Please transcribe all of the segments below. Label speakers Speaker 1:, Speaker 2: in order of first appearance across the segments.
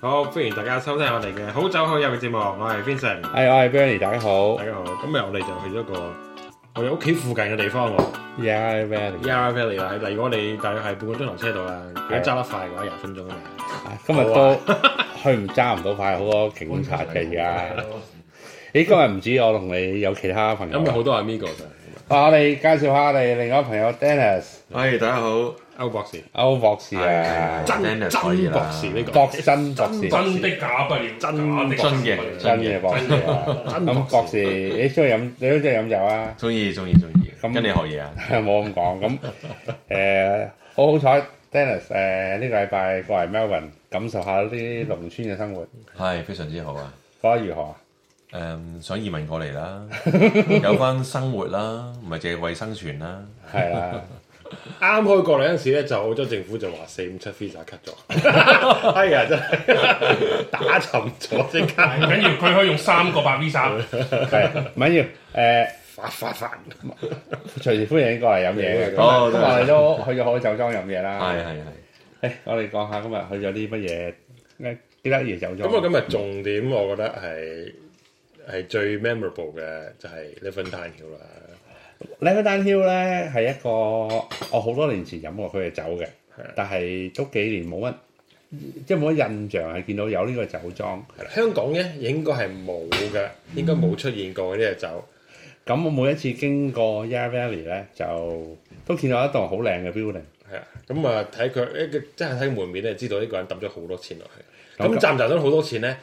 Speaker 1: 好，歡迎大家收聽我哋嘅好酒好友嘅節目，我係 Vincent，
Speaker 2: 係，我係 Bernie，大家好。
Speaker 1: 大家好。今日我哋就去咗個我哋屋企附近嘅地方喎
Speaker 2: Yarra Valley，
Speaker 1: ，Yarra Valley 啦。例如我哋大約係半個鐘頭車度啦，如果揸得快嘅話，廿分鐘啊嘛。
Speaker 2: 啊今日 都去唔揸唔到快，好多警察嚟噶。咦，今日唔止我同你有其他朋友
Speaker 1: 咁，有好多 amigos 啊，
Speaker 2: 啊我哋介紹下我哋另外一個朋友 Dennis
Speaker 3: 哎，大家好，
Speaker 1: 歐博士，
Speaker 2: 歐博士啊，
Speaker 3: 真 Dennis 可以
Speaker 1: 真
Speaker 3: 啦
Speaker 1: 博士呢個
Speaker 2: 博真博士，
Speaker 4: 真的假不了，真的
Speaker 3: 真嘅
Speaker 2: 真嘅博士啊。
Speaker 1: 真
Speaker 2: 咁博士，你中意飲，你都中意飲酒啊？
Speaker 3: 中意中意中意，
Speaker 2: 咁
Speaker 3: 跟你學嘢啊，
Speaker 2: 冇咁 講，咁誒，好好彩 Dennis 誒呢個禮拜過嚟 Melbourne 感受下啲農村嘅生活，
Speaker 3: 係非常之好啊！
Speaker 2: 覺得如何啊？
Speaker 3: 誒、想移民過嚟啦，有關生活啦，唔係淨係為生存啦，
Speaker 2: 係啦。
Speaker 1: 啱開過嚟嗰陣時咧，就澳洲政府就話四五七 visa cut 咗，哎呀真係打沉咗即 刻，
Speaker 4: 唔緊要，佢可以用三個白 visa，
Speaker 2: 係唔緊要，誒、
Speaker 1: 發發發，
Speaker 2: 隨時歡迎過嚟飲嘢嘅。
Speaker 3: 哦
Speaker 2: 咁我哋都去咗好酒莊飲嘢啦。
Speaker 3: 係係係，
Speaker 2: 誒、我哋講下今日去咗啲乜嘢幾得意嘅酒莊。
Speaker 1: 咁我今日重點，我覺得係係最 memorable 嘅就係 Levantine Hill 啦。
Speaker 2: Level Down Hill 咧係一個我好多年前飲過佢嘅酒嘅，但係都幾年冇乜，即係冇乜印象係見到有呢個酒莊。
Speaker 1: 係啦，香港咧應該係冇嘅，應該冇出現過嘅呢隻酒。
Speaker 2: 咁我每一次經過 Yarra Valley 咧，就都見到一棟好靚嘅 building。
Speaker 1: 係啊，咁啊睇佢一個即係睇門面咧，知道呢個人抌咗好多錢落去。
Speaker 2: 咁
Speaker 1: 咁賺唔賺到好多錢咧，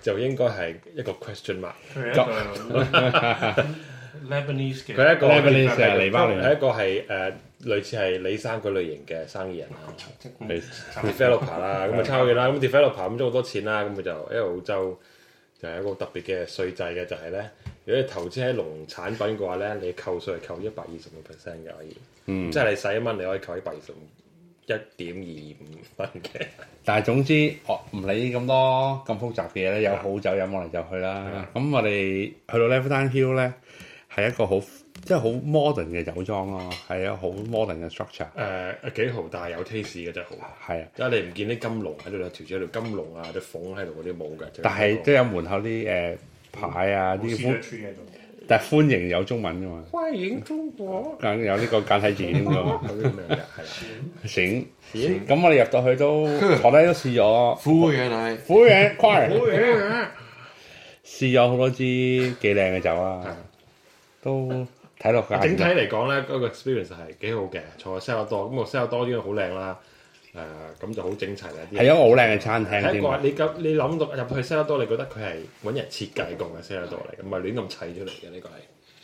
Speaker 1: 就應該係一個 question mark。
Speaker 4: 佢係一個 Lebanese 嘅，
Speaker 1: 佢係一個
Speaker 2: Lebanese 係黎巴嫩
Speaker 1: 係一個係誒類似係李生嗰類型嘅生意人啦。
Speaker 2: 你
Speaker 1: 嗯 developer 啦，咁啊抄嘢啦，咁 developer 咁咗好多錢啦，咁佢就因為澳洲就係一個特別嘅稅制嘅，就係咧，如果你投資喺農產品嘅話咧，你扣稅係扣一百二十五 percent 嘅可以，即係你使一蚊你可以扣一百二十五一點二五分嘅，
Speaker 2: 但係總之，我唔理咁多咁複雜嘅嘢咧，有好酒飲我哋就去啦。咁我哋去到 Level Down Hill 咧，係一個好即係好 modern 嘅酒莊咯，係一個好 modern 嘅 structure，
Speaker 1: 誒幾豪但係有 taste 嘅真係好，
Speaker 2: 係啊。
Speaker 1: 即係你唔見啲金龍喺度有條住喺度金龍啊，啲鳳喺度嗰啲冇嘅，
Speaker 2: 但係都有門口啲誒、呃牌啊，啲歡，
Speaker 4: 喺度，
Speaker 2: 但係歡迎有中文噶嘛，
Speaker 1: 歡迎中國
Speaker 2: 梗有呢個簡體字添 噶嘛，
Speaker 1: 嗰啲咁樣嘅，係 啦，
Speaker 2: 醒。
Speaker 1: 咦
Speaker 2: 咁我哋入到 去都坐低都試咗，
Speaker 3: 苦嘅但係，
Speaker 2: 歡迎 q u i r 試咗好多支幾靚嘅酒啊，都睇落價
Speaker 1: 整體
Speaker 2: 錢
Speaker 1: 嚟講咧，嗰、個 experience 係幾好嘅，坐 sell 多，咁我 sell 多啲好靚啦，誒、咁就好整齊啦啲
Speaker 2: 係一
Speaker 1: 嘢。
Speaker 2: 個好靚嘅餐廳
Speaker 1: 係一
Speaker 2: 添啊
Speaker 1: 個。你咁你諗到入去 sell 多，你覺得佢係揾人設計過嘅 sell 多嚟，唔係亂咁砌出嚟嘅呢個係。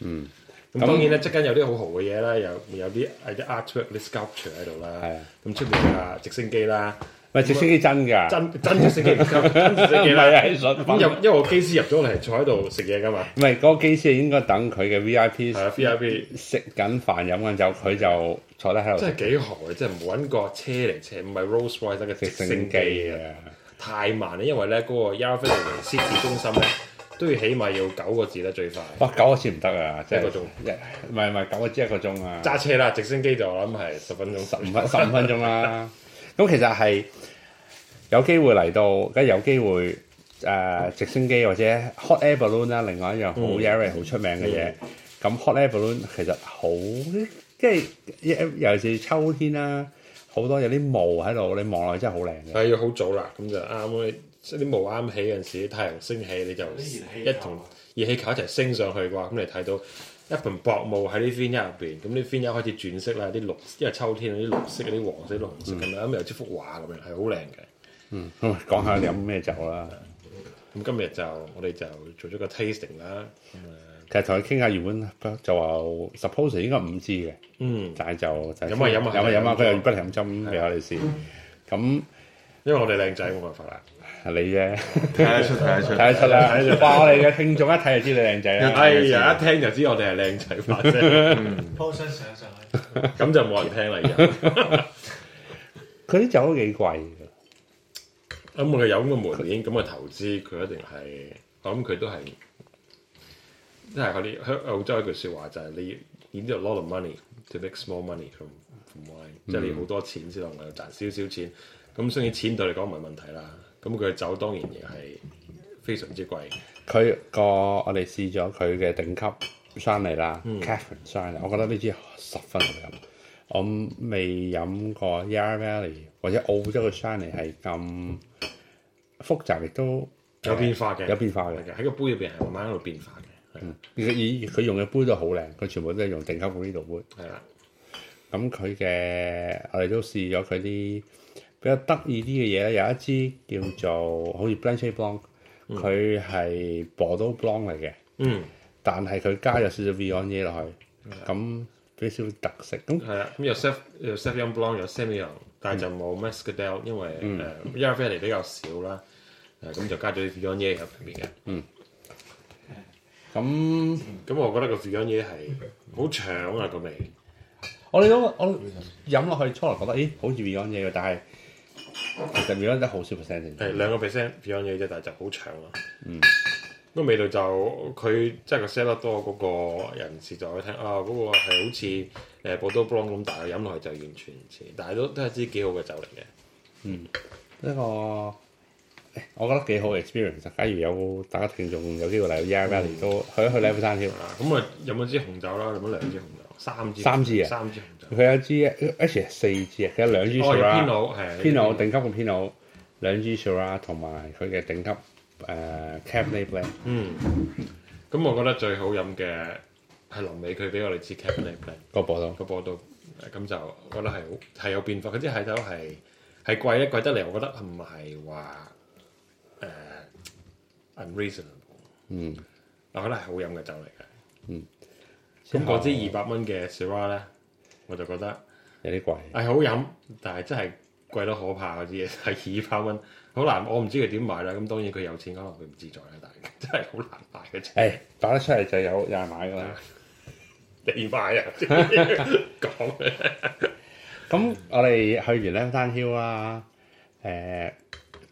Speaker 2: 嗯。
Speaker 1: 咁
Speaker 2: 咁
Speaker 1: 當然咧，即間有啲好豪嘅嘢啦，有有啲有啲 artwork、啲 sculpture 喺度啦
Speaker 2: 係啊。
Speaker 1: 咁出面啊，直升機啦，
Speaker 2: 喂，直升機真㗎，
Speaker 1: 真真直升機，唔係真直升機
Speaker 2: 唔係
Speaker 1: 啦。
Speaker 2: 喺信
Speaker 1: 咁入因為我機師入咗嚟，坐喺度食嘢噶嘛，
Speaker 2: 唔係嗰個機師應該等佢嘅 V I P
Speaker 1: 係啊，VIP。
Speaker 2: 食緊飯飲緊酒，佢就坐得喺度
Speaker 1: 真係幾豪嘅，真係揾個車嚟車，唔係 Rolls Royce 得嘅
Speaker 2: 食
Speaker 1: 直
Speaker 2: 直
Speaker 1: 升
Speaker 2: 升
Speaker 1: 機
Speaker 2: 機
Speaker 1: 啊！
Speaker 2: 啊！
Speaker 1: 太慢啦，因為咧嗰、個 Yarra Valley City 中心咧都要起碼要九個字咧最快。
Speaker 2: 哇，九個字唔得啊，即係
Speaker 1: 一個鐘
Speaker 2: 一唔係唔係九個字一個鐘啊，
Speaker 1: 揸車啦，直升機就我諗係十分鐘十
Speaker 2: 十五分十五分鐘啦。咁其實係有機會嚟到，梗係有機會誒、呃直升機或者 hot air balloon 啦，另外一樣好
Speaker 1: 嗯
Speaker 2: Yarra 好出名嘅嘢。咁、hot air balloon 其實好即係尤其是秋天啦，好多有啲霧喺度，你望落去真係好靚嘅。
Speaker 1: 係要好早啦，咁就啱啱啲霧啱起嗰陣時，太陽升起你就一同熱氣球一齊升上去嘅話，咁你睇到一盆薄霧喺啲 v i n 入邊，咁啲 v i n 開始轉色啦，啲綠因為秋天嗰啲綠色、嗰啲黃色、啲紅色咁樣，咁有支幅畫咁樣係好靚嘅。
Speaker 2: 咁啊講下你飲咩酒啦。
Speaker 1: 咁今日就我哋就做咗個 tasting 啦，
Speaker 2: 其實同佢傾下原本就話 suppose 應該五支嘅，
Speaker 1: 嗯，
Speaker 2: 但係就就
Speaker 1: 飲下飲下
Speaker 2: 飲下飲下，佢又不停咁斟俾我哋試。咁
Speaker 1: 因為我哋靚仔冇辦法 啦，
Speaker 2: 係你啫。
Speaker 3: 睇得出睇得出，
Speaker 2: 睇得出啦，哇！我哋嘅聽眾一睇就知你靚仔啊啦。
Speaker 1: 哎呀，一聽就知我哋係靚仔把 聲，
Speaker 4: po 身上上去，
Speaker 1: 咁就冇人聽啦而家。
Speaker 2: 佢啲酒都幾貴㗎，
Speaker 1: 咁佢有咁嘅門面，咁嘅投資，佢一定係，我諗佢都係，即係嗰啲香澳洲一句説話就係你你 need a lot 嗯 of money to make small money from from wine，即係你好多錢先能夠賺少少錢，咁所以錢對嚟講唔係問題啦。咁佢嘅酒當然亦係非常之貴。
Speaker 2: 佢個我哋試咗佢嘅頂級山嚟啦，Catherine 山嚟，我覺得呢支十分好飲。我未飲過 Yarra Valley 或者澳洲嘅山嚟係咁複雜，亦都
Speaker 1: 有變化嘅，
Speaker 2: 有變化嘅
Speaker 1: 係。嘅喺個杯入邊係慢慢喺度變化嘅，係啦
Speaker 2: 而佢佢用嘅杯都好靚，佢全部都係用頂級 Grado 杯。
Speaker 1: 係啦。
Speaker 2: 咁佢嘅我哋都試咗佢啲比較得意啲嘅嘢咧，有一支叫做好似 Blanche Blanc，佢係 Bordeaux Blanc 嚟嘅，
Speaker 1: 嗯，
Speaker 2: 但係佢加咗少少 Viognier 落去，咁俾少少特色。咁
Speaker 1: 係啦。咁有 Sef 有 s e v i o n Blanc 有 Semillon，但係就冇 Muscadel，因為誒 y a r v a l l 比較少啦。誒咁就加咗啲 v i o n i e 入入邊嘅。
Speaker 2: 咁
Speaker 1: 咁我覺得個 v i o n i e 係好長啊個味。
Speaker 2: 我哋都我飲落去初頭覺得，咦，好似 Viognier 嘅，但係其實 Viognier 得好少 percent 嘅啫
Speaker 1: 係兩個 percent beyond 嘢啫，但係就好長咯。嗯，個味道就佢即係個 sell 得多嗰個人士就會聽啊，嗰、個係好似誒 b o r d e a u b l a n 咁，但係飲落去就完全唔似，但係都都係支幾好嘅酒嚟嘅。
Speaker 2: 呢個我覺得幾好嘅 experience 啊。假如有大家聽眾有機會嚟到 Yarra Valley 都去一去 Level 山添。
Speaker 1: 啊，咁啊飲咗支紅酒啦，飲咗兩支紅酒，三支
Speaker 2: 三支啊
Speaker 1: 三支紅酒。
Speaker 2: 佢有一支，H 係四支啊，佢有兩支
Speaker 1: 哦，有
Speaker 2: Shiraz，
Speaker 1: 偏佬係
Speaker 2: 偏佬頂級嘅偏佬，兩支 Shiraz 同埋佢嘅頂級誒 Cabernet Blanc。
Speaker 1: 嗯，咁我覺得最好飲嘅係臨尾佢俾我哋支 Cabernet Blanc。
Speaker 2: 個波度
Speaker 1: 個波度，咁就我覺得係好係有變化。嗰啲蟹酒係係貴啊咧，貴得嚟，我覺得唔係話誒 unreasonable。
Speaker 2: 嗯，
Speaker 1: 我覺得係好飲嘅酒嚟嘅。
Speaker 2: 之
Speaker 1: 咁
Speaker 2: 後
Speaker 1: 嗰支二百蚊嘅 Syrah 咧，我就覺得
Speaker 2: 有啲貴，
Speaker 1: 係好飲，但係真係貴得可怕嗰啲嘢，係二百蚊，好難。我唔知佢點買啦。咁當然佢有錢，可能佢唔自在啦，但係真係好難買嘅啫。
Speaker 2: 誒打得出嚟就有有人買㗎啦。
Speaker 1: 你買啊？講嘅
Speaker 2: 咁我哋去完 Lamb Town Hill 啦，誒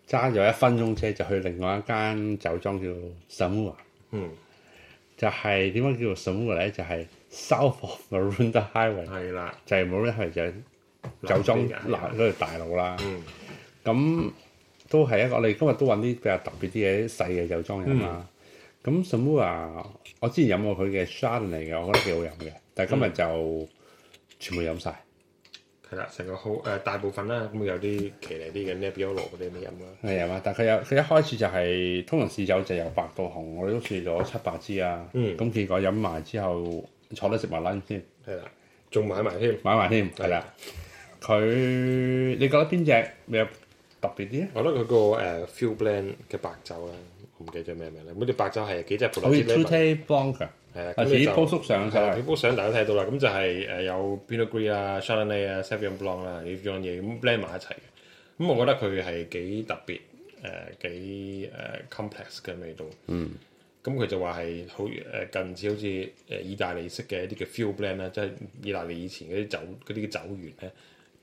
Speaker 2: 揸咗一分鐘車就去另外一間酒莊叫 Samua，
Speaker 1: 嗯，
Speaker 2: 就係點解叫做 Samua 咧？就係 South of Maroondah Highway，
Speaker 1: 係啦，
Speaker 2: 就係 Maroondah Highway 就係酒莊嗱嗰條大路啦。
Speaker 1: 啊嗯
Speaker 2: 咁都係一個我哋今日都揾啲比較特別啲嘅細嘅酒莊飲啦。
Speaker 1: 嗯
Speaker 2: 咁 Samua 我之前飲過佢嘅 Chardonnay 嘅，我覺得幾好飲嘅，但係今日
Speaker 1: 嗯
Speaker 2: 就全部飲晒。
Speaker 1: 係啦，成個好誒、呃大部分啦，咁有啲騎呢啲嘅 n e b i o l o 嗰啲咩飲啦，
Speaker 2: 係啊嘛，但佢有佢一開始就係、通常試酒就由白到紅，我哋都試咗七八支啊。
Speaker 1: 嗯
Speaker 2: 咁結果飲埋之後，坐得食埋 lunch 先，
Speaker 1: 係啦，仲買埋添。
Speaker 2: 買埋添，係啦。佢你覺得邊只你有特別啲啊？
Speaker 1: 我覺得佢哦個誒 Fuel Blend 嘅白酒咧，我唔記得咗咩名啦。咁啲白酒係幾隻葡
Speaker 2: 好
Speaker 1: 萄
Speaker 2: 似
Speaker 1: 枝
Speaker 2: Two Tay Blanc
Speaker 1: 係啊，
Speaker 2: 啊，
Speaker 1: 咁
Speaker 2: 似
Speaker 1: 你
Speaker 2: 啲
Speaker 1: 就
Speaker 2: 高速上
Speaker 1: 係啦，
Speaker 2: 上
Speaker 1: 皮膚相大家睇到啦。咁就係誒有 Pinot Gris 啊、Chardonnay 啊、Sauvignon Blanc 啦呢樣嘢咁 blend 埋一齊嘅。咁我覺得佢係幾特別誒、呃幾誒、complex 嘅味道。嗯。咁佢就話係好呃誒近似好似誒意大利式嘅一啲嘅 fuel blend 啦，即係意大利以前嗰啲酒嗰啲嘅酒園咧，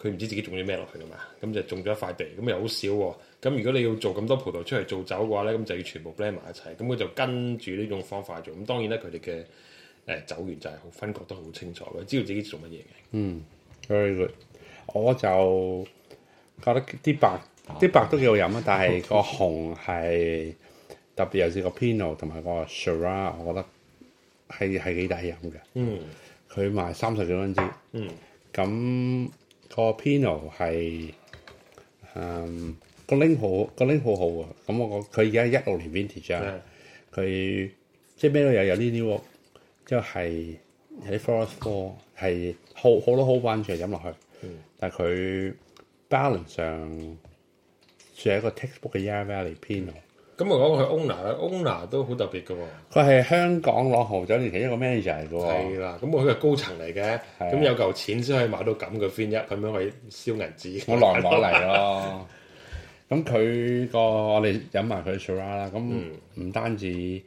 Speaker 1: 佢唔知自己種咗咩落去噶嘛，咁就種咗一塊地，咁又好少喎、咁如果你要做咁多葡萄出嚟做酒嘅話咧，咁就要全部 blend 埋一齊，咁佢就跟住呢種方法做。咁當然咧，佢哋嘅誒酒園就係好分割得好清楚嘅，知道自己做乜嘢嘅。
Speaker 2: ，very good。我就覺得啲白啲白都幾好飲啊，但 係個紅係特別，尤其是個 Pinot 同埋個 Shiraz，我覺得係係幾抵飲嘅。
Speaker 1: 嗯
Speaker 2: 佢賣三十幾蚊支，
Speaker 1: 嗯，
Speaker 2: 咁個 Pinot 係誒個 link 好個 link 好好喎，咁我覺佢而家一六年 vintage 啊，佢即係咩都有，有啲 new，即係有啲 forest four 係好好多好 bunch 嘅飲落去，
Speaker 1: 嗯
Speaker 2: 但係佢 balance 上算係一個 textbook 嘅 Yarra Valley Pinot。
Speaker 1: 咁我講佢 owner 咧，owner 都好特別嘅喎、
Speaker 2: 佢係香港朗豪酒年期一個 manager 嚟嘅喎
Speaker 1: 係，啦，咁我佢係高層嚟嘅，咁有嚿錢先可以買到咁嘅 fin 一，咁樣去燒銀紙。
Speaker 2: 我耐唔耐 嚟咯。咁佢個我哋飲埋佢 s h i r a 啦，咁
Speaker 1: 嗯
Speaker 2: 唔單止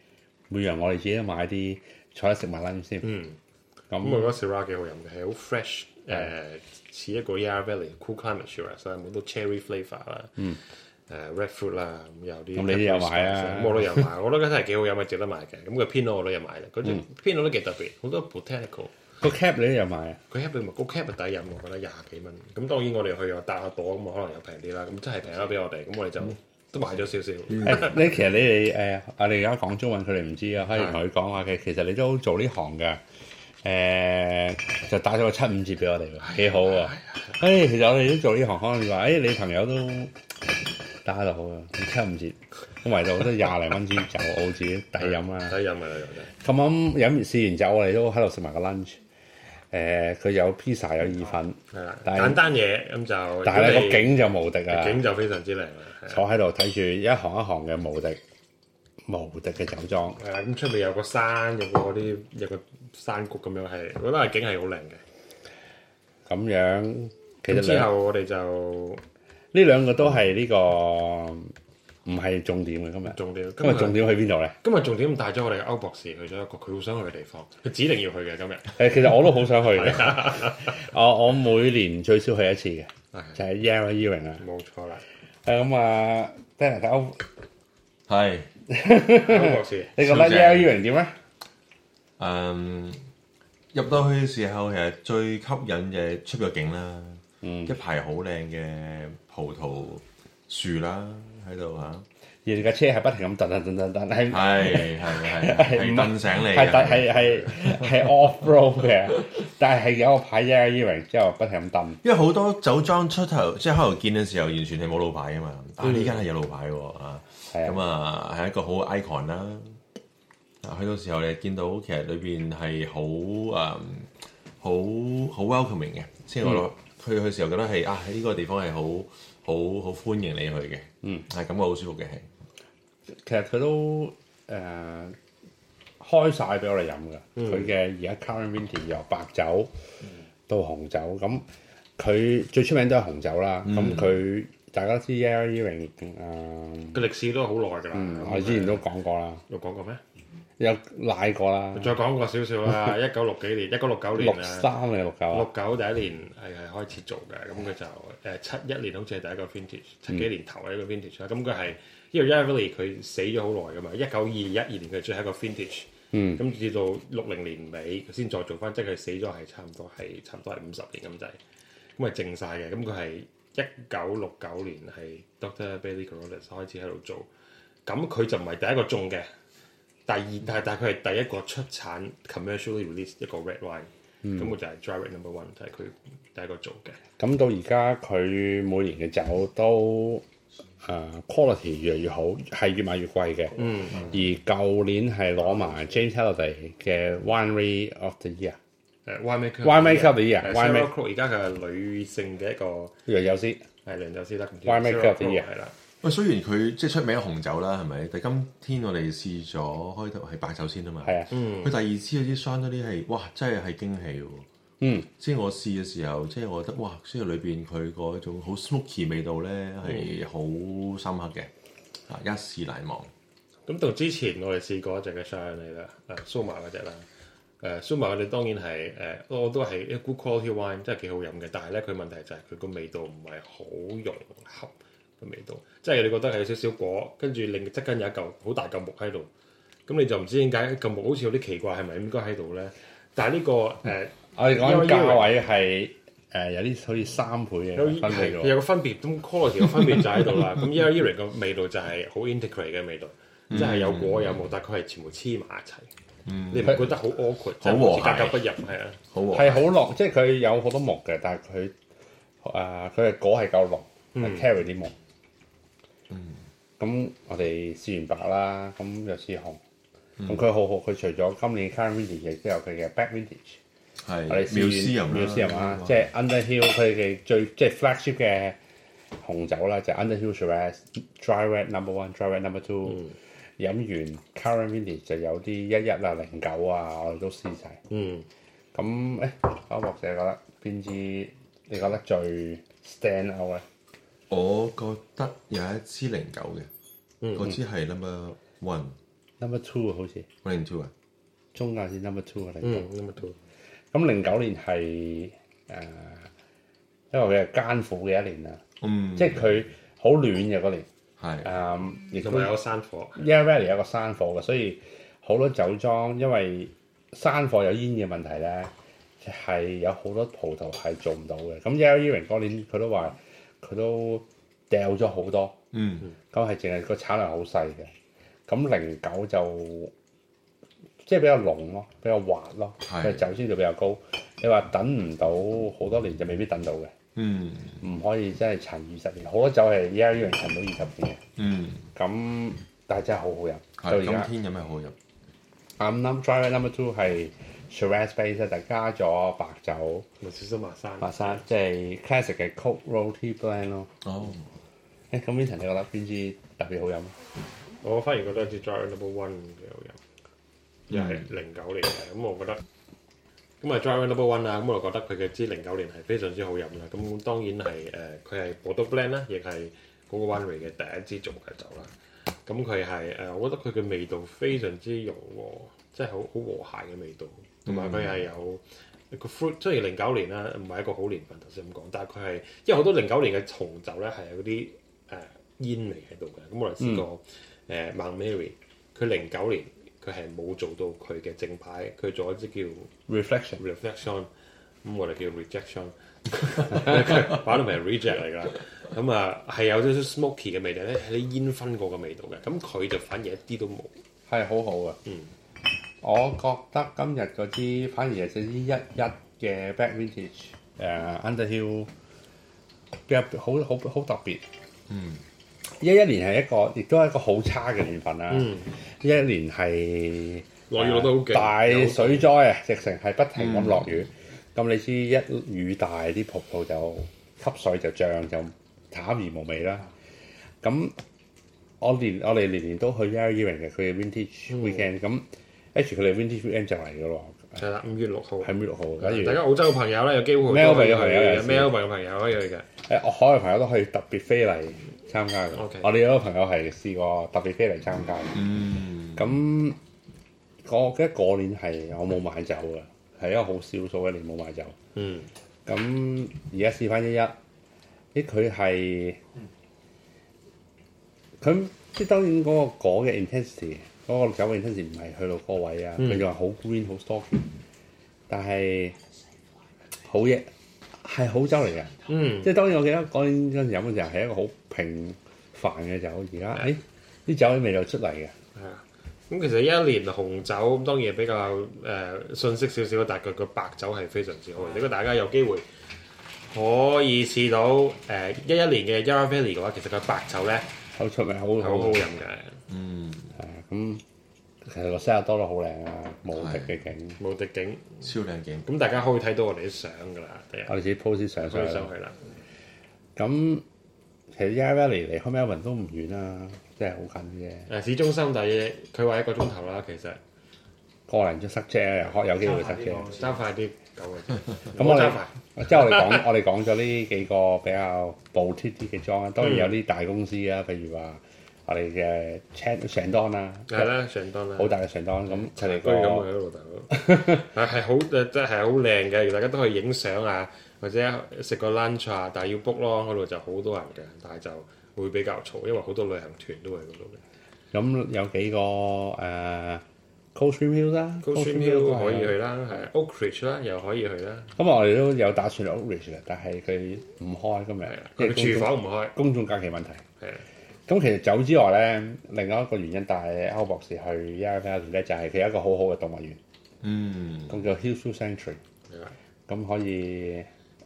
Speaker 2: 每樣我哋自己都買啲坐得食埋 lunch 先。
Speaker 1: 嗯，咁
Speaker 2: 咁
Speaker 1: 我覺得 Syrah 幾好飲嘅，係好 fresh，誒、似一個 Yarra Valley Cool Climate Shiraz 啦，好多 cherry flavour 啦，誒、red fruit 啦，咁有啲
Speaker 2: 嗯咁你都有買啊
Speaker 1: 咁我都有
Speaker 2: 嗯
Speaker 1: 買，我覺得真係幾好飲啊，值得買嘅。咁佢 Pinot 我都有買嘅，嗰隻 Pinot 都幾特別，好多 botanical
Speaker 2: 個 cap 你都有買啊？
Speaker 1: 佢 cap 你咪高 cap 咪抵飲，我覺得廿幾蚊。咁當然我哋去又搭下朵咁，可能又平啲啦。咁真係平咗俾我哋，咁我哋就都買咗少少。
Speaker 2: 誒哎你其實你哋誒，我哋而家講中文，佢哋唔知啊，可以同佢講話嘅。其實你都做呢行㗎，誒、就打咗個七五折俾我哋
Speaker 1: 哎
Speaker 2: 喎，幾好喎！誒、其實我哋都做呢行，可能你話誒、哎你朋友都打就好啊，七五折，咁圍到都廿零蚊支酒澳紙抵 飲啊！
Speaker 1: 抵飲咪有嘅，
Speaker 2: 咁啱飲完試完酒，我哋都喺度食埋個 lunch。誒、佢有 pizza 有意粉，
Speaker 1: 係啦，
Speaker 2: 但係
Speaker 1: 簡單嘢啊咁就。
Speaker 2: 但係咧
Speaker 1: 如
Speaker 2: 個
Speaker 1: 果你
Speaker 2: 景就無敵啊！
Speaker 1: 景就非常之靚啦。係啊
Speaker 2: 坐喺度睇住一行一行嘅無敵無敵嘅酒莊，
Speaker 1: 係啊，咁出面有個山，有個嗰啲有個山谷咁樣係，我覺得係景係好靚嘅。
Speaker 2: 咁樣其
Speaker 1: 咁
Speaker 2: 實
Speaker 1: 之
Speaker 2: 兩
Speaker 1: 後我哋就
Speaker 2: 呢兩個都係呢、個唔係重點嘅今日。
Speaker 1: 重點，
Speaker 2: 今日重點去邊度咧？
Speaker 1: 今日重點帶咗我哋嘅歐博士去咗一個佢好想去嘅地方，佢指定要去嘅今日。
Speaker 2: 誒，其實我都好想去嘅。 我我每年最少去一次嘅，
Speaker 1: 係
Speaker 2: 就係 Yarra Ewing 啊。
Speaker 1: 冇錯 啦，
Speaker 2: 誒咁啊 d a n 歐，
Speaker 3: 係。
Speaker 1: 歐博士。
Speaker 2: 你覺得
Speaker 3: 超正
Speaker 2: Yarra Ewing 點啊咧？
Speaker 3: 誒入到去嘅時候，其實最吸引嘅出咗境啦，一排好靚嘅葡萄樹啦喺度嚇，
Speaker 2: 而架車係不停咁噔噔噔噔噔，係
Speaker 3: 係係
Speaker 2: 唔
Speaker 3: 係啊係
Speaker 2: 係
Speaker 3: 蹬醒你
Speaker 2: 係
Speaker 3: 嘅，
Speaker 2: 係係係 off road 嘅，但係有個牌 Yarra Ewing 之後不停咁噔。
Speaker 3: 因為好多酒莊出頭即係開頭見嘅時候，完全係冇路牌啊嘛，啊呢間係有路牌喎啊，
Speaker 2: 係啊
Speaker 3: 咁啊係一個好 icon 啦。啊去到時候你見到其實裏邊係好誒好好 welcoming 嘅，即
Speaker 2: 嗯
Speaker 3: 係我去去時候覺得係啊喺呢個地方係好好好歡迎你去嘅，嗯，係感覺好舒服嘅係。
Speaker 2: 其實佢都誒、呃、開晒俾我哋飲嘅，
Speaker 1: 嗯
Speaker 2: 佢嘅而家 current vintage 由白酒到紅酒，咁佢最出名都係紅酒啦。
Speaker 1: 嗯
Speaker 2: 咁佢、大家都知 Yarra Ewing 誒，
Speaker 1: 個歷史都好耐㗎啦。
Speaker 2: 嗯我哋之前都講過啦，
Speaker 1: 有講過咩？
Speaker 2: 有奶過啦，
Speaker 1: 再講過少少啦，一九六幾年，一九六九
Speaker 2: 六
Speaker 1: 年啦。
Speaker 2: 三定六九啊
Speaker 1: 六，九第一年係係開始做嘅，咁佢就誒七一年好似係第一個 vintage，七幾年頭係一個 vintage 啦。咁佢係因為 Yavely 佢死咗好耐噶嘛，一九二一二年佢最後一個 vintage，
Speaker 2: 嗯
Speaker 1: 咁至到六零年尾佢先再做翻，即係佢死咗係差唔多係差唔多係五十年咁滯，咁係靜晒嘅。咁佢係一九六九年係 Doctor Bailey Carolus 開始喺度做，咁佢就唔係第一個中嘅，第二但係但係佢係第一個出產 commercially release 一個 red wine。咁
Speaker 2: 嗯
Speaker 1: 我就係 drive number one，就係佢第一個做嘅。
Speaker 2: 咁到而家佢每年嘅酒都誒、呃 quality 越嚟越好，係越買越貴嘅。
Speaker 1: 嗯，
Speaker 2: 而舊年係攞埋 James Halliday 嘅 Winery of the Year。
Speaker 1: 誒 winemaker
Speaker 2: winemaker of the year，
Speaker 1: 誒
Speaker 2: winemaker
Speaker 1: Sarah Crowe 而家佢係女性嘅一個
Speaker 2: 若有先，
Speaker 1: 係釀酒師啦。咁
Speaker 2: Winemaker of the
Speaker 1: Sarah Crowe，
Speaker 2: year
Speaker 1: 係啦，
Speaker 3: 喂，雖然佢即係出名紅酒啦，係咪？但今天我哋試咗開頭係白酒先啊嘛，
Speaker 2: 係啊，
Speaker 1: 嗯
Speaker 3: 佢第二支嗰啲霜嗰啲係，哇！真係係驚喜喎。
Speaker 2: 嗯，
Speaker 3: 即係我試嘅時候，即係我覺得哇，雖然裏邊佢嗰種好 smoky 味道咧
Speaker 2: 嗯
Speaker 3: 係好深刻嘅，啊一試難忘。
Speaker 1: 咁到之前我哋試過一隻嘅 Shine 嚟啦，誒蘇麻嗰只啦。誒蘇麻我哋當然係誒、我都係一 good quality wine，真係幾好飲嘅。但係咧，佢問題就係佢個味道唔係好融合嘅味道，即係你覺得係有少少果，跟住另側跟有一嚿好大嚿木喺度，咁你就唔知點解嚿木好似有啲奇怪，係咪應該喺度咧？但係呢、個誒。
Speaker 2: 我哋講緊
Speaker 1: Yarra Ewing
Speaker 2: 價位係誒有啲好似三倍
Speaker 1: 有
Speaker 2: 嘅分
Speaker 1: 係
Speaker 2: 別喎，
Speaker 1: 有個分別，咁 quality 個分別就喺度啦。咁 Yellow Earring 個味道就係好 integrate 嘅味道，即係有果有冇，但係佢係全部黐埋一齊，你唔覺得好 awkward，即係嗯好似格格不入，係啊，
Speaker 3: 好喎，
Speaker 2: 係好濃，即係佢有好多木嘅，但係佢誒佢嘅果係夠濃，
Speaker 1: 嗯
Speaker 2: 係 carry 啲木。咁我哋試完白啦，咁又試紅，
Speaker 1: 嗯
Speaker 2: 咁佢好好，佢除咗今年 current vintage 亦都有佢嘅 back vintage。
Speaker 3: 係
Speaker 2: 我哋
Speaker 3: 妙思人啦，嗯
Speaker 2: 妙思人啊，
Speaker 3: 哇
Speaker 2: 即係 Underhill 佢嘅最即係 flagship 嘅紅酒啦，就係 Underhill Shiraz Dry Red Number One、Dry Red Number
Speaker 3: 嗯
Speaker 2: Two。飲完 Current Vintage 就有啲一一啊、零九啊，我哋都試晒。
Speaker 1: 嗯，
Speaker 2: 咁誒，阿博士覺得邊支你覺得最 stand out 咧？
Speaker 3: 我覺得有一支零九
Speaker 2: 嗯
Speaker 3: 嘅，嗰支係 number one
Speaker 2: Number Two 啊好似
Speaker 3: one two 啊，
Speaker 2: 中間先 Number Two 啊，零九。
Speaker 1: 嗯，咁啊都
Speaker 2: 咁零九年係誒、呃因為佢係艱苦嘅一年啦，
Speaker 3: 嗯，
Speaker 2: 即係啊佢好暖嘅嗰年，
Speaker 3: 係
Speaker 2: 誒亦都
Speaker 1: 同埋有山火，
Speaker 2: Yarra Valley 有個山火嘅，所以好多酒莊因為山火有煙嘅問題咧，係有好多葡萄係做唔到嘅。咁 Yale Earing 嗰年佢都話佢都掉咗好多，
Speaker 3: 嗯，
Speaker 2: 咁係淨係個產量好細嘅。咁零九就即係比較濃咯，比較滑咯，
Speaker 3: 係
Speaker 2: 佢酒精度比較高。你話等唔到好多年就未必等到嘅，
Speaker 3: 嗯，
Speaker 2: 唔可以真係陳二十年。好多酒係 Yale Earing 陳到二十年
Speaker 3: 嗯，
Speaker 2: 嘅，咁但係真係好好
Speaker 3: 係
Speaker 2: 飲。到而家
Speaker 3: 今。天有咩好飲？
Speaker 2: 啱啱 driver number two 係 Shiraz base 就加咗白酒
Speaker 1: 咪小心麻山。
Speaker 2: 白沙，即係 classic 嘅 Coke Roll Tea Blend 咯。
Speaker 3: 哦，
Speaker 2: 誒，咁 Vincent 你覺得邊支特別好飲？啊
Speaker 1: 我反而覺得隻 Dry Number One 幾好飲，又係零九年嘅，咁我覺得咁啊 Dry Number One 啊，咁我就覺得佢嘅支零九年係非常之好飲啦。咁當然係誒，呃佢係 b o r d e a u Blend 啦，亦係嗰個 One Way 嘅第一支做嘅酒啦。咁佢係誒，我覺得佢嘅味道非常之柔和，即係好好和諧嘅味道，同埋佢係有。個 fruit 雖然零九年啦，唔係一個好年份，頭先咁講，但係佢係因為好多零九年嘅紅酒咧係有嗰啲誒煙味喺度嘅。咁我哋試過誒呃 Mount Mary，佢零九年佢係冇做到佢嘅正牌，佢做一支叫
Speaker 2: Reflection
Speaker 1: reflection，咁我哋叫 rejection，佢擺到明係 reject 嚟㗎。咁啊係有少少 smoky 嘅味道咧，係啲煙燻過嘅味道嘅。咁佢就反而一啲都冇。
Speaker 2: 係好好嘅。
Speaker 1: 嗯，
Speaker 2: 我覺得今日嗰支反而係隻一一嘅 Back Vintage 誒 Underhill 比較好好好特別。
Speaker 3: 嗯，
Speaker 2: 一一年係一個亦都係一個好差嘅年份啦。啊
Speaker 1: 嗯，
Speaker 2: 一一年係。
Speaker 1: 落雨落得好勁，嗯
Speaker 2: 大水災啊！直情係不停咁落雨，咁、你知一雨大啲瀑布就吸水就漲就淡而無味啦。咁我年我哋年年都去 Yarra Yering 嘅佢嘅
Speaker 1: 嗯
Speaker 2: Vintage Weekend，咁 H 佢哋 Vintage Weekend 就嚟噶咯
Speaker 1: 係啦，五月六號
Speaker 2: 喎，。喺五六號，假如
Speaker 1: 大家澳洲嘅朋友咧，有機會
Speaker 2: Melbourne 嘅朋友有
Speaker 1: 嘅
Speaker 2: 時
Speaker 1: Melbourne 嘅朋友可以啊去嘅。
Speaker 2: 誒我海外朋友都可以特別飛嚟參加嘅。
Speaker 1: OK
Speaker 2: 我哋有個朋友係試過特別飛嚟參加嘅。
Speaker 3: 嗯，
Speaker 2: 咁我記得嗰年係我冇買酒嘅，係一個好少數嘅年冇買酒。
Speaker 1: 嗯，
Speaker 2: 咁而家試翻一一，咦佢係佢即係當然嗰個果嘅 intensity，嗰個酒嘅 intensity 唔係去到嗰個位啊，
Speaker 1: 嗯
Speaker 2: 佢仲係好 green 好 stocky，但係好嘢係好酒嚟嘅。
Speaker 1: 嗯，
Speaker 2: 即係當然我記得嗰年嗰陣時飲嘅時候係一個好平凡嘅酒，而家誒啲酒嘅味道出嚟嘅，
Speaker 1: 係啊。咁其實一年紅酒咁當然比較誒、呃、信息少少，但係佢個白酒係非常之好嘅。如果大家有機會可以試到誒一一年嘅 Yarra Valley 嘅話，其實佢白酒咧
Speaker 2: 好出名，好
Speaker 1: 係好
Speaker 2: 好
Speaker 1: 好
Speaker 2: 係
Speaker 1: 飲嘅，
Speaker 3: 嗯，
Speaker 2: 啊咁。其實個西亞多都好靚啊，無敵嘅景，
Speaker 1: 無敵景。
Speaker 3: 超靚景，
Speaker 1: 咁大家可以睇到我哋啲相㗎啦，第日
Speaker 2: 我哋自己 post 啲相
Speaker 1: 可
Speaker 2: 上
Speaker 1: 以
Speaker 2: 去啦
Speaker 1: 上。去啦。
Speaker 2: 咁其實 Yarra Valley 離開 Melbourne 都唔遠啦，即係好近嘅啫。
Speaker 1: 誒呃市中心大約佢話一個鐘頭啦，其實
Speaker 2: 個零鐘塞車，學有機會塞車。
Speaker 1: 揸快啲夠嘅啫。
Speaker 2: 咁我
Speaker 1: 揸
Speaker 2: 哋
Speaker 1: 快。
Speaker 2: 即係我哋講， 我哋講咗呢幾個比較暴貼啲嘅莊啦。當然有啲大公司啦，譬如話我哋嘅 Chan Chandon 啦，
Speaker 1: 係啦，上當啦。
Speaker 2: 好大嘅 Chandon 咁佢哋
Speaker 1: 居咁嘅
Speaker 2: 個
Speaker 1: 老豆，係係好誒，真係好靚嘅，大家都可以影相啊，或者食個 lunch 啊，但係要 book 咯，嗰度就好多人嘅，但係就會比較嘈，因為好多旅行團都會去嗰度嘅。
Speaker 2: 咁有幾個誒 Cold Stream Hill 啦
Speaker 1: Cold
Speaker 2: Coldstream
Speaker 1: Stream
Speaker 2: Hill
Speaker 1: Hill
Speaker 2: 都係啊
Speaker 1: 可以啊去啦，係 Oakridge 啦，又可以去啦，
Speaker 2: 咁我哋都有打算去 Oakridge 嘅，但係佢唔開今日
Speaker 1: 係啊，，
Speaker 2: 因
Speaker 1: 佢廚
Speaker 2: 為公眾
Speaker 1: 房唔開，
Speaker 2: 公眾假期問題。
Speaker 1: 係啊
Speaker 2: 咁其實酒之外咧，另外一個原因帶歐博士去 Yarra Valley 咧，就係佢有一個好好嘅動物園，
Speaker 3: 嗯，
Speaker 2: 咁叫 Hillsview Sanctuary，
Speaker 1: 係啊，
Speaker 2: 咁可以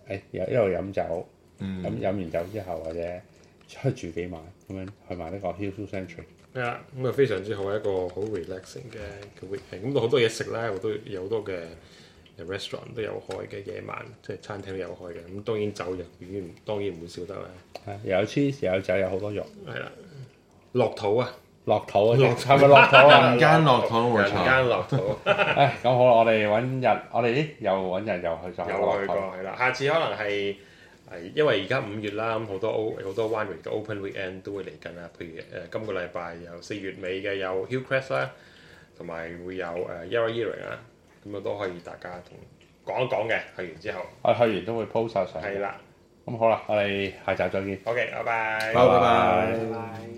Speaker 2: 誒又一路飲酒，咁、
Speaker 3: 嗯
Speaker 2: 飲完酒之後或者出去住幾晚咁樣去埋呢個 Hillsview Sanctuary。
Speaker 1: 係啦，咁啊非常之好一個好 relaxing 嘅嘅 weekend，咁好多嘢食啦，好多有好多嘅。restaurant 呃都有開嘅，夜晚即係餐廳都有開嘅，咁當然酒就遠遠當然唔會少得啦。
Speaker 2: 啊又有 cheese，又有酒，有好多肉，
Speaker 1: 係啦，落土啊，
Speaker 2: 落肚啊！係咪落 肚啊？
Speaker 3: 人間樂堂冇
Speaker 1: 人
Speaker 3: 錯，
Speaker 1: 間落土，
Speaker 2: 唉，咁好啦，我哋揾日，我哋咦又揾日又去就
Speaker 1: 有去過
Speaker 2: 落肚。
Speaker 1: 係啦。下次可能係係因為而家五月啦，咁好多 O 好多 Winery 嘅 Open Weekend 都會嚟緊啦。譬如誒、呃今個禮拜有四月尾嘅有 Hillcrest 啦，同埋會有誒 Yarra Yering 啦，咁啊都可以大家同講一講嘅。去完之後
Speaker 2: 我哋去完都會 post 晒相。
Speaker 1: 係啦
Speaker 2: 咁好啦，我哋下集再見。
Speaker 1: ，OK，拜拜。
Speaker 3: 拜拜。
Speaker 4: 拜拜。